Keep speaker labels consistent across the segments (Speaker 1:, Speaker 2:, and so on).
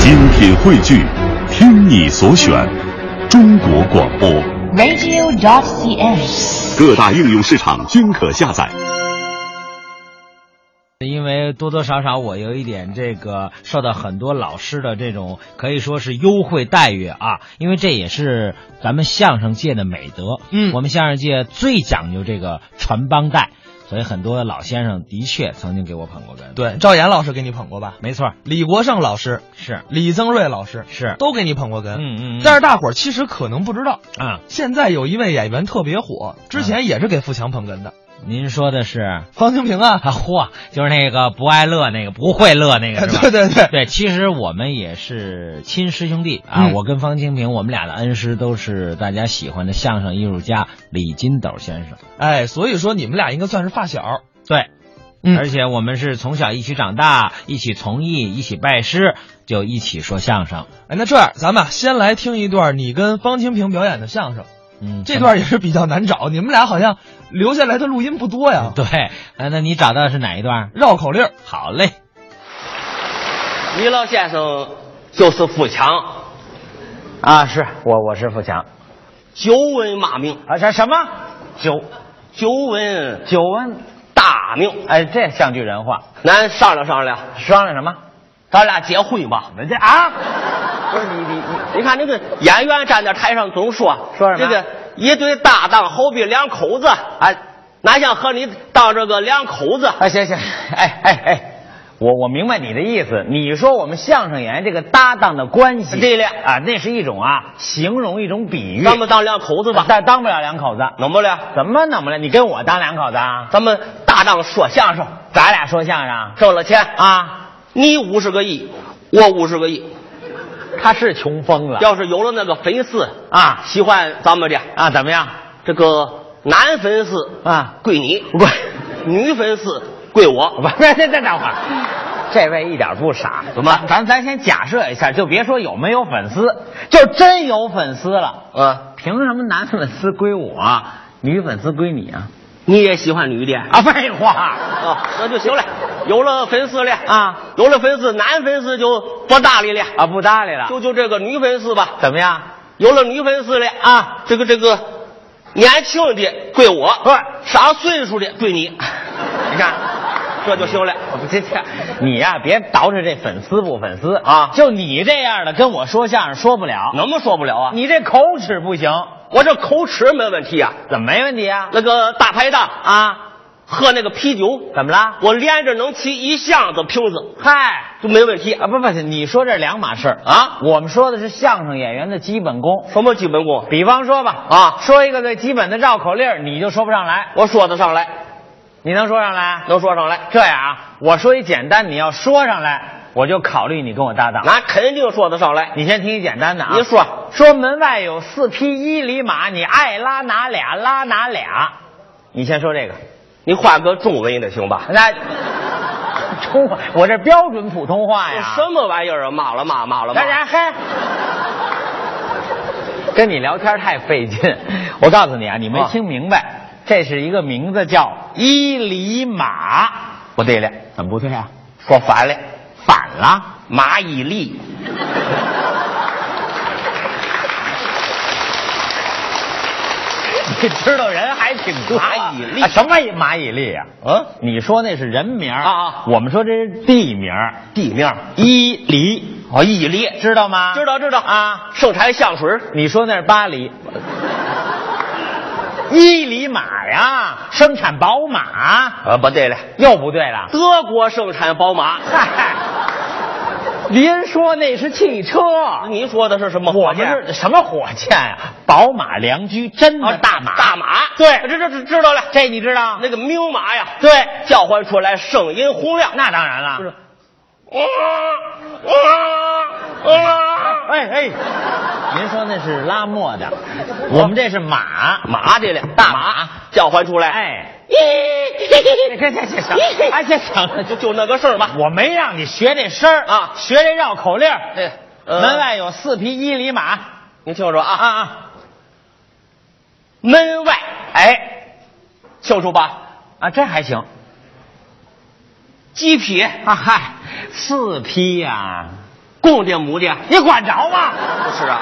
Speaker 1: 精品汇聚，听你所选，中国广播。
Speaker 2: radio.cn。
Speaker 1: 各大应用市场均可下载。
Speaker 3: 因为多多少少我有一点这个受到很多老师的这种可以说是优惠待遇啊，因为这也是咱们相声界的美德。
Speaker 4: 嗯
Speaker 3: 我们相声界最讲究这个传帮带，所以很多老先生的确曾经给我捧过哏。，
Speaker 4: 对，赵岩老师给你捧过吧？
Speaker 3: 没错，
Speaker 4: 李国盛老师、
Speaker 3: 是
Speaker 4: 李增瑞老师
Speaker 3: 是，
Speaker 4: 都给你捧过哏。
Speaker 3: 嗯嗯嗯
Speaker 4: 但是大伙儿其实可能不知道，
Speaker 3: 啊，
Speaker 4: 现在有一位演员特别火，之前也是给富强捧哏的，
Speaker 3: 您说的是
Speaker 4: 方清平啊。
Speaker 3: 啊，嚯，就是那个不爱乐那个不会 乐那个是吧？
Speaker 4: 对对 对，
Speaker 3: 对，其实我们也是亲师兄弟啊！
Speaker 4: 嗯
Speaker 3: 我跟方清平，我们俩的恩师都是大家喜欢的相声艺术家李金斗先生。
Speaker 4: 哎，所以说你们俩应该算是发小。
Speaker 3: 对，
Speaker 4: 嗯
Speaker 3: 而且我们是从小一起长大，一起从艺，一起拜师，就一起说相声。
Speaker 4: 哎，那这样咱们啊先来听一段你跟方清平表演的相声，
Speaker 3: 嗯，
Speaker 4: 这段也是比较难找，你们俩好像留下来的录音不多呀。
Speaker 3: 对，呃那你找到的是哪一段？
Speaker 4: 绕口令儿，
Speaker 3: 好嘞，
Speaker 5: 于老先生就是富强啊，是我我是富强，久闻骂名啊，什什么久久闻久闻大名，哎，这像句人话，咱商量商量，商量什么？咱俩结婚吧？这啊，不是你你你，你看这个演员站在台上总说
Speaker 6: 说什么
Speaker 5: 这个一对搭档好比两口子，哎，哪像和你当这个两口子？
Speaker 6: 哎，行行，哎哎哎，我我明白你的意思。你说我们相声演员这个搭档的关系，
Speaker 5: 对了
Speaker 6: 啊，那是一种啊，形容一种比喻。
Speaker 5: 咱们当两口子吧，
Speaker 6: 哎但当不了两口子，
Speaker 5: 怎么了？
Speaker 6: 怎么怎么了？你跟我当两口子啊？
Speaker 5: 咱们搭档说相声，
Speaker 6: 咱俩说相声
Speaker 5: 挣了钱啊，
Speaker 6: 啊？
Speaker 5: 你五十个亿，我五十个亿。
Speaker 6: 他是穷疯了
Speaker 5: 要是有了那个粉丝
Speaker 6: 啊
Speaker 5: 喜欢咱们的
Speaker 6: 啊？怎么样
Speaker 5: 这个男粉丝
Speaker 6: 啊？
Speaker 5: 归你，
Speaker 6: 不，
Speaker 5: 女粉丝归 我。
Speaker 6: 不是，这这等会儿，这位一点不傻。
Speaker 5: 怎么
Speaker 6: 咱咱先假设一下，就别说有没有粉丝，就真有粉丝了，
Speaker 5: 啊，
Speaker 6: 凭什么男粉丝归我，女粉丝归你啊？
Speaker 5: 你也喜欢女的啊
Speaker 6: 啊，废话
Speaker 5: 那就行了。有了粉丝了
Speaker 6: 啊，
Speaker 5: 有了粉丝，男粉丝就不搭理了，
Speaker 6: 啊，不搭理了，
Speaker 5: 就就这个女粉丝吧。
Speaker 6: 怎么样？
Speaker 5: 有了女粉丝了
Speaker 6: 啊，
Speaker 5: 这个这个年轻的归我，
Speaker 6: 不是
Speaker 5: 上岁数的 归你，
Speaker 6: 你看，
Speaker 5: 这就行了。
Speaker 6: 这这，你呀、别捯饬这粉丝不粉丝
Speaker 5: 啊
Speaker 6: 就你这样的跟我说相声说不了，
Speaker 5: 能么说不了啊？
Speaker 6: 你这口齿不行，
Speaker 5: 我这口齿没问题啊。
Speaker 6: 怎么没问题啊？
Speaker 5: 那个大排档
Speaker 6: 啊，
Speaker 5: 喝那个啤酒，
Speaker 6: 怎么了？
Speaker 5: 我连着能提一箱子瓶子
Speaker 6: 嗨。
Speaker 5: 就没问题。
Speaker 6: 啊，不不，你说这是两码事儿
Speaker 5: 啊
Speaker 6: 我们说的是相声演员的基本功，
Speaker 5: 什么基本功？
Speaker 6: 比方说吧，
Speaker 5: 啊
Speaker 6: 说一个最基本的绕口令儿，你就说不上来，
Speaker 5: 我说得上来，
Speaker 6: 你能说上来？啊
Speaker 5: 能说上来，
Speaker 6: 这样啊，我说一简单，你要说上来，我就考虑你跟我搭档。
Speaker 5: 俺肯定说得上来。
Speaker 6: 你先听一简单的啊。
Speaker 5: 你说
Speaker 6: 说门外有四匹伊犁马，你爱拉哪俩拉哪俩。你先说这个。
Speaker 5: 你换个中文的行吧？
Speaker 6: 那 中文，我这标准普通话呀。
Speaker 5: 什么玩意儿啊？骂了骂，骂了
Speaker 6: 大
Speaker 5: 骂。
Speaker 6: 家嗨。跟你聊天太费劲，我告诉你啊，你没
Speaker 5: 啊
Speaker 6: 听明白，这是一个名字叫伊犁马，不对了，怎么不对啊？
Speaker 5: 说反了，
Speaker 6: 反了。
Speaker 5: 马伊琍，
Speaker 6: 你知道人还挺多。
Speaker 5: 蚂蚁 历
Speaker 6: 啊什么蚂蚁历啊？
Speaker 5: 嗯，
Speaker 6: 你说那是人名儿
Speaker 5: 啊啊
Speaker 6: 我们说这是地名儿，
Speaker 5: 地名
Speaker 6: 伊犁，
Speaker 5: 哦，伊犁，
Speaker 6: 知道吗？
Speaker 5: 知。道知道
Speaker 6: 啊，
Speaker 5: 盛产香水儿，
Speaker 6: 你说那是巴黎，伊犁马呀，生产宝马，
Speaker 5: 啊，不对了，
Speaker 6: 又不对了。
Speaker 5: 德国盛产宝马。
Speaker 6: 嗨，您说那是汽车，
Speaker 5: 你说的是什么火
Speaker 6: 我
Speaker 5: 箭？
Speaker 6: 们是什么火箭啊？宝马良驹，真的
Speaker 5: 啊
Speaker 6: 大马，
Speaker 5: 大马。
Speaker 6: 对
Speaker 5: 这这这知道了。
Speaker 6: 这你知道？
Speaker 5: 那个名马呀，
Speaker 6: 对，
Speaker 5: 叫唤出来声音洪亮。
Speaker 6: 那当然了。
Speaker 5: 不是啊啊！
Speaker 6: 哎哎，您说那是拉磨的，我们这是马
Speaker 5: 马这辆大马叫唤出来，
Speaker 6: 哎，
Speaker 5: 咦，
Speaker 6: 这这这行，哎这行了，
Speaker 5: 就就那个声儿吧。
Speaker 6: 我没让你学这声儿
Speaker 5: 啊
Speaker 6: 学这绕口令儿。
Speaker 5: 对呃
Speaker 6: 门外有四匹伊犁马啊
Speaker 5: 您听着啊，
Speaker 6: 啊
Speaker 5: 门外哎，清楚吧？
Speaker 6: 啊，这还行
Speaker 5: 几匹
Speaker 6: 啊嗨，四匹呀、
Speaker 5: 公的母的，
Speaker 6: 你管着吗？
Speaker 5: 不是啊，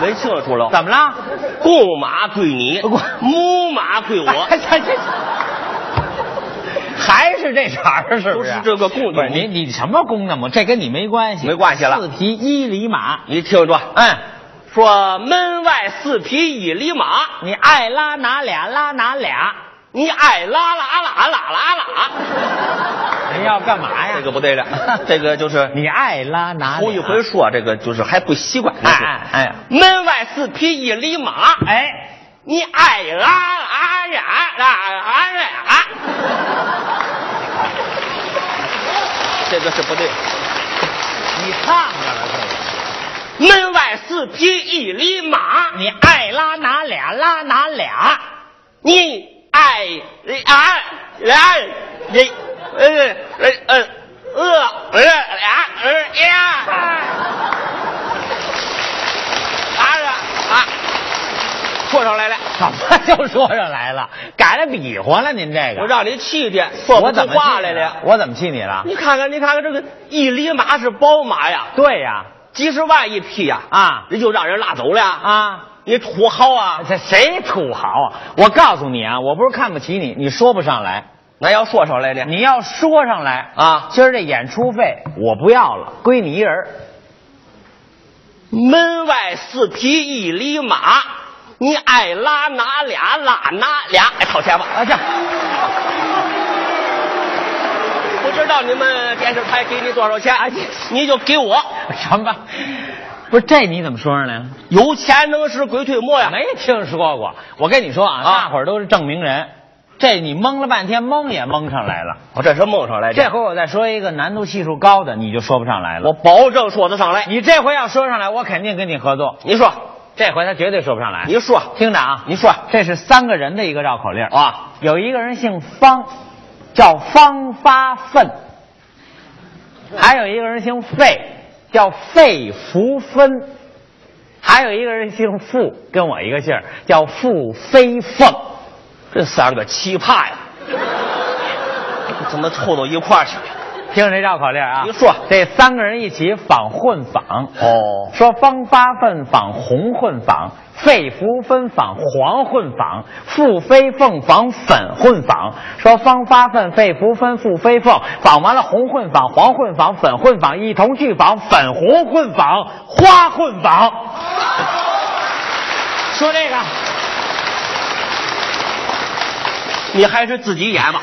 Speaker 5: 问清楚了，
Speaker 6: 怎么了？
Speaker 5: 公马归你
Speaker 6: 我，。
Speaker 5: 母马归我
Speaker 6: 这这还是这茬儿，是不是？
Speaker 5: 都是这个供
Speaker 6: 不是你你什么功能嘛？这跟你没关系，
Speaker 5: 没关系了
Speaker 6: 四匹一里马，
Speaker 5: 你听着，
Speaker 6: 嗯，
Speaker 5: 说门外四匹一里马，
Speaker 6: 你爱拉哪俩拉哪俩。
Speaker 5: 你爱拉拉拉拉拉拉。哎
Speaker 6: 您要干嘛呀？
Speaker 5: 这个不对了，这个就是
Speaker 6: 你爱拉哪俩？
Speaker 5: 头一回说这个，就是还不习惯。
Speaker 6: 哎哎哎
Speaker 5: 门外四匹一里马，
Speaker 6: 哎，
Speaker 5: 你爱拉拉呀拉拉呀。这个是不对。
Speaker 6: 你唱着了这个。
Speaker 5: 门外四匹一里马，
Speaker 6: 你爱拉哪俩拉哪俩。
Speaker 5: 你爱啊啊你呃呃呃呃呃啊呃呀啊呀啊，说上来了，
Speaker 6: 怎么就说上来了？改了比划了，您这个
Speaker 5: 我让你气的说不
Speaker 6: 我
Speaker 5: 出
Speaker 6: 怎么气
Speaker 5: 话来
Speaker 6: 你
Speaker 5: 了。
Speaker 6: 我怎么气你了？
Speaker 5: 你看看，你看看这个一里马是宝马呀，
Speaker 6: 对呀，
Speaker 5: 几十万一匹呀
Speaker 6: 啊
Speaker 5: 你就让人拉走了啊！
Speaker 6: 啊，
Speaker 5: 你土豪啊！
Speaker 6: 这谁土豪啊？我告诉你啊，我不是看不起你，你说不上来。
Speaker 5: 那要说上来的，
Speaker 6: 你要说上来
Speaker 5: 啊
Speaker 6: 今儿这演出费我不要了，归你一人儿。
Speaker 5: 门外四匹一里马，你爱拉哪俩拉哪俩，哎，掏钱吧！
Speaker 6: 啊，这
Speaker 5: 不知道你们电视台给你多少钱，哎你你就给我，
Speaker 6: 什么？不是这你怎么说上来了？
Speaker 5: 有钱能使鬼推磨呀！
Speaker 6: 没听说过。我跟你说啊，
Speaker 5: 啊
Speaker 6: 大伙儿都是证明人，这你蒙了半天，蒙也蒙上来了。
Speaker 5: 我这是蒙上来
Speaker 6: 这回我再说一个难度系数高的，你就说不上来了。
Speaker 5: 我保证说得上来。
Speaker 6: 你这回要说上来，我肯定跟你合作。
Speaker 5: 你说，
Speaker 6: 这回他绝对说不上来。
Speaker 5: 你说，
Speaker 6: 听着啊，
Speaker 5: 你说
Speaker 6: 这是三个人的一个绕口令啊。
Speaker 5: 啊，
Speaker 6: 有一个人姓方，叫方发奋；还有一个人姓费，叫费福芬；还有一个人姓傅，跟我一个姓儿，叫傅飞凤。
Speaker 5: 这三个奇葩呀，怎么凑到一块儿去了？
Speaker 6: 听这绕口令啊！
Speaker 5: 你说
Speaker 6: 这三个人一起仿混仿，
Speaker 5: 哦，
Speaker 6: 说方八粪仿红混仿，费福芬仿黄混仿，傅飞凤仿粉混仿。说方八粪、费福芬、傅飞凤仿完了红混仿、黄混仿、粉混仿，一同去仿粉红混仿、花混仿。说这个，
Speaker 5: 你还是自己演吧。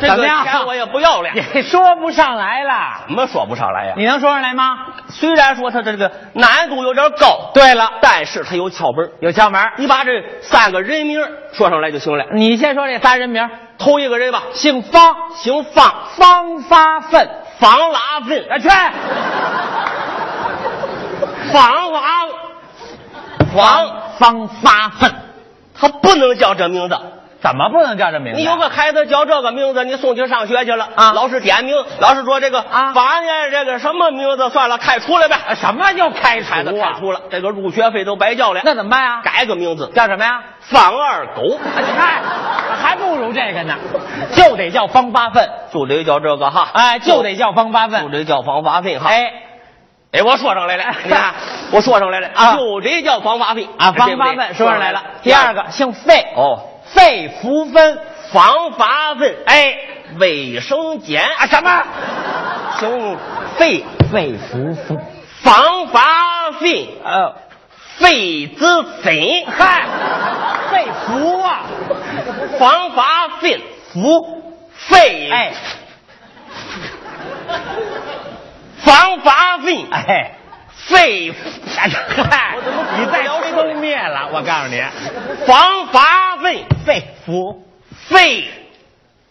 Speaker 5: 这
Speaker 6: 怎么
Speaker 5: 个
Speaker 6: 样？
Speaker 5: 钱我也不要了，
Speaker 6: 也 说不上来了，
Speaker 5: 怎么说不上来呀？
Speaker 6: 你能说上来吗？
Speaker 5: 虽然说它这个难度有点高，
Speaker 6: 对了，
Speaker 5: 但是它有窍门儿。
Speaker 6: 有窍门儿。
Speaker 5: 你把这三个人名儿说上来就行了。
Speaker 6: 你先说这仨人名儿，
Speaker 5: 头一个人吧，
Speaker 6: 姓方，
Speaker 5: 姓方，
Speaker 6: 方发奋。
Speaker 5: 方拉芬，
Speaker 6: 啊去，
Speaker 5: 方拉，方，
Speaker 6: 方发奋，
Speaker 5: 他不能叫这名字。
Speaker 6: 怎么不能叫这名字？
Speaker 5: 你有个孩子叫这个名字，你送去上学去了
Speaker 6: 啊
Speaker 5: 老师点名，老师说这个
Speaker 6: 啊哎
Speaker 5: 王爷这个什么名字算了，开除了呗。
Speaker 6: 什么叫开除
Speaker 5: 孩子开
Speaker 6: 啊？
Speaker 5: 除了，这个入学费都白交了。
Speaker 6: 那怎么办呀？啊
Speaker 5: 改个名字，
Speaker 6: 叫什么呀？
Speaker 5: 方二狗，
Speaker 6: 啊你看，还不如这个呢，就得叫方八粪，
Speaker 5: 就得叫这个哈。
Speaker 6: 哎，就得叫方八
Speaker 5: 就
Speaker 6: 粪，
Speaker 5: 得叫方发费哈。
Speaker 6: 哎，
Speaker 5: 哎，我说上来 了，你看，我说上来了
Speaker 6: 啊
Speaker 5: 就这叫方发费
Speaker 6: 啊，方八粪说上来了。第二个姓费，
Speaker 5: 哦，
Speaker 6: 费福芬，
Speaker 5: 防乏粪，
Speaker 6: 哎，
Speaker 5: 卫生间啊什么？行，肺
Speaker 6: 费福芬，
Speaker 5: 防乏肺，
Speaker 6: 呃，
Speaker 5: 肺之肺，
Speaker 6: 嗨，费福啊，
Speaker 5: 防乏肺福肺，
Speaker 6: 哎，
Speaker 5: 防乏肺
Speaker 6: 哎。
Speaker 5: 肺，
Speaker 6: 嗨，你再
Speaker 5: 说
Speaker 6: 吹灭了，我告诉你，
Speaker 5: 防乏肺
Speaker 6: 肺腑
Speaker 5: 肺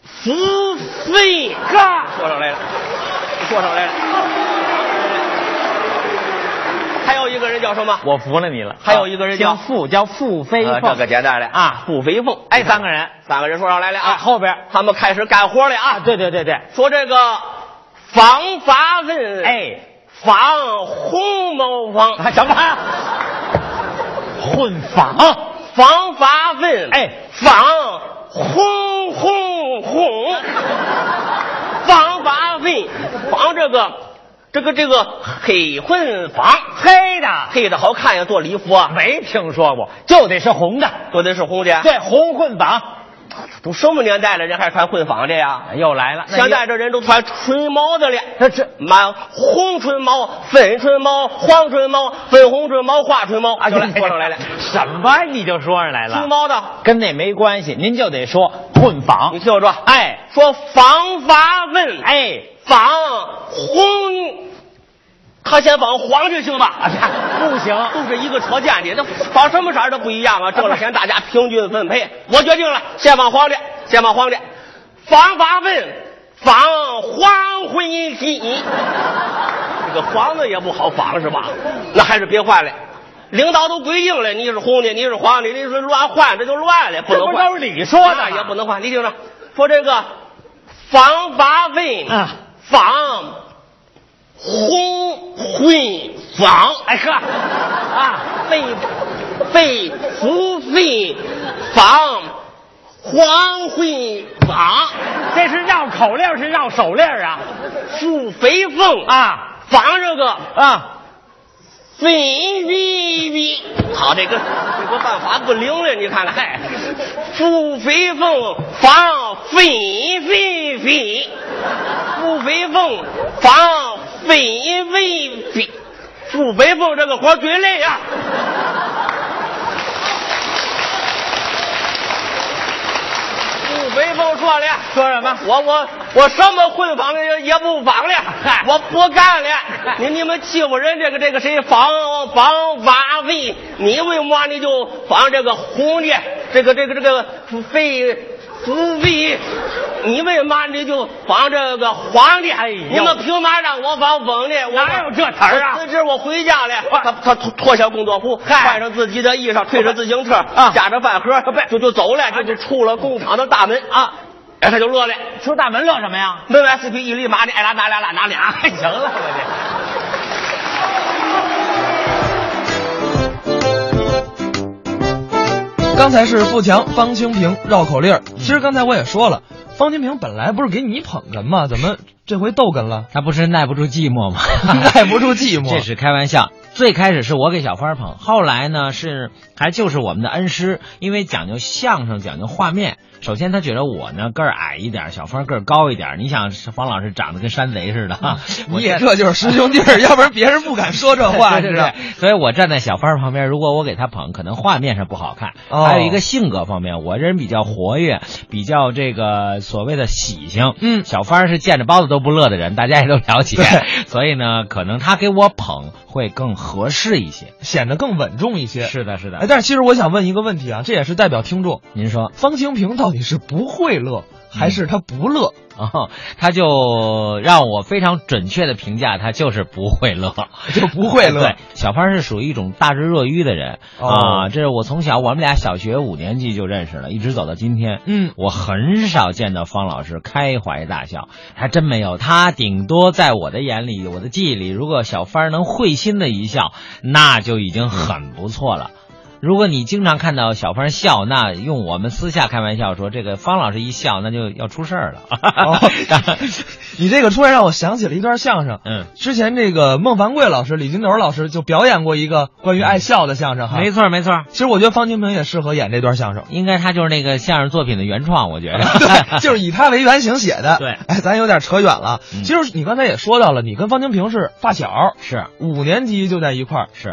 Speaker 5: 福肺，
Speaker 6: 哥，
Speaker 5: 说上来了，说上来了。还有一个人叫什么？
Speaker 6: 我服了你了。
Speaker 5: 还有一个人叫
Speaker 6: 姓傅，叫傅飞
Speaker 5: 呃
Speaker 6: 凤，
Speaker 5: 这个简单了
Speaker 6: 啊
Speaker 5: 付飞凤。
Speaker 6: 哎，三个人
Speaker 5: 三个人说上来了啊，
Speaker 6: 啊，后边
Speaker 5: 他们开始干活了
Speaker 6: 啊，
Speaker 5: 啊。
Speaker 6: 对对对对，
Speaker 5: 说这个防乏问，，
Speaker 6: 哎，
Speaker 5: 防红毛
Speaker 6: 啊
Speaker 5: 房，
Speaker 6: 什么？混房，
Speaker 5: 防乏问，
Speaker 6: 哎
Speaker 5: 防轰轰轰，防乏问，防这个这个这个黑混房，
Speaker 6: 黑的
Speaker 5: 黑的好看呀，做礼服啊，
Speaker 6: 没听说过，就得是红的。
Speaker 5: 做的是红的。，
Speaker 6: 对，红混纺
Speaker 5: 都什么年代了，人还穿混纺的呀？
Speaker 6: 啊又来了。那
Speaker 5: 现在
Speaker 6: 你
Speaker 5: 这人都穿纯毛的了。
Speaker 6: 这这
Speaker 5: 妈，红唇毛、粉唇毛、黄唇毛、粉红唇毛、花唇毛，就来哎说上来了，
Speaker 6: 什么你就说上来
Speaker 5: 纯
Speaker 6: 了？
Speaker 5: 毛的。
Speaker 6: 跟那没关系，您就得说混纺
Speaker 5: 你。听我说，
Speaker 6: 哎
Speaker 5: 说防发问，
Speaker 6: 哎，
Speaker 5: 防红，他先防黄就行吧？
Speaker 6: 不行，
Speaker 5: 都是一个车间的，那防什么色儿都不一样嘛。啊挣了钱大家平均分配。我决定了，先防黄的，先防黄的，防发问，防黄婚姻。这个黄的也不好防是吧？那还是别换了。领导都规定了，你是红的，你是黄的，你是乱换，这就乱了，不能换。
Speaker 6: 是你说
Speaker 5: 那也不能换。你听着，说这个防发问，
Speaker 6: 啊
Speaker 5: 防红婚房，哎呵，啊，废废福废防黄婚房，
Speaker 6: 这是绕口令，是绕手令啊
Speaker 5: 富肥凤，
Speaker 6: 啊
Speaker 5: 防这个
Speaker 6: 啊！
Speaker 5: 肥肥肥，好，这个这个办法不灵了，你看看，嗨，富肥凤防肥肥肥，富肥凤防肥肥肥，富肥凤这个活儿最累啊呀、不肥凤说了，
Speaker 6: 说什么
Speaker 5: 我我我什么混纺的也不纺了，我不干了。你你们欺负人这个这个谁防防挖位，你为嘛你就防这个红的，这个这个这个非福位，你为嘛你就防这个黄的？
Speaker 6: 哎呦
Speaker 5: 你们凭嘛让我防风的？我
Speaker 6: 哪有这词儿啊
Speaker 5: 我辞职我回家了，他他脱脱下工作服，换上自己的衣裳，推着自行车，
Speaker 6: 啊
Speaker 5: 夹着饭盒，就就走了，就就出了工厂的大门啊，哎，他就乐了。
Speaker 6: 出大门乐什么呀？
Speaker 5: 门外四匹一匹马，你爱拉哪俩拉哪俩，行了，我
Speaker 4: 刚才是富强、方清平绕口令儿。
Speaker 3: 嗯
Speaker 4: 其实刚才我也说了，方清平本来不是给你捧哏吗？怎么这回逗哏了？？
Speaker 3: 他不是耐不住寂寞吗
Speaker 4: 耐不住寂寞
Speaker 3: 这是开玩笑。最开始是我给小芳捧，后来呢是还就是我们的恩师，因为讲究相声，讲究画面。首先他觉得我呢个儿矮一点，小芳个儿高一点。你想方老师长得跟山贼似的，哈，
Speaker 4: 嗯
Speaker 3: 我
Speaker 4: 你也这就是师兄弟 儿，要不然别人不敢说这话，
Speaker 3: 对
Speaker 4: 知
Speaker 3: 对
Speaker 4: 道
Speaker 3: 对？，所以我站在小芳旁边，如果我给她捧，可能画面上不好看，
Speaker 4: 哦
Speaker 3: 还有一个性格方面，我这人比较活跃，比较这个所谓的喜庆。
Speaker 4: 嗯
Speaker 3: 小芳是见着包子都不乐的人，大家也都了解，所以呢，可能她给我捧会更合适一些。
Speaker 4: 显得更稳重一些。
Speaker 3: 是的，是
Speaker 4: 哎，
Speaker 3: 的，
Speaker 4: 但是其实我想问一个问题啊，这也是代表听众，
Speaker 3: 您说嗯
Speaker 4: 方清平到底是不会乐，还是他不乐？
Speaker 3: 啊、哦，他就让我非常准确的评价，他就是不会乐。
Speaker 4: 就不会乐
Speaker 3: 哎对，小胖是属于一种大智若愚的人、
Speaker 4: 哦
Speaker 3: 啊。这是我从小我们俩小学五年级就认识了，一直走到今天。
Speaker 4: 嗯
Speaker 3: 我很少见到方老师开怀大笑，还真没有。他顶多在我的眼里、我的记忆里，如果小芳能会心的一笑，那就已经很不错了。如果你经常看到小芳笑，那用我们私下开玩笑说，这个方老师一笑，那就要出事儿了。
Speaker 4: 哦你这个突然让我想起了一段相声，
Speaker 3: 嗯，
Speaker 4: 之前这个孟凡贵老师、李金斗老师就表演过一个关于爱笑的相声哈。
Speaker 3: 没错，没错。，
Speaker 4: 其实我觉得方清平也适合演这段相声
Speaker 3: 应该他就是那个相声作品的原创，我觉得。
Speaker 4: 对，就是以他为原型写的。
Speaker 3: 对
Speaker 4: 哎，咱有点扯远了。
Speaker 3: 嗯
Speaker 4: 其实你刚才也说到了，你跟方清平是发小，
Speaker 3: 是
Speaker 4: 五年级就在一块儿。
Speaker 3: 是，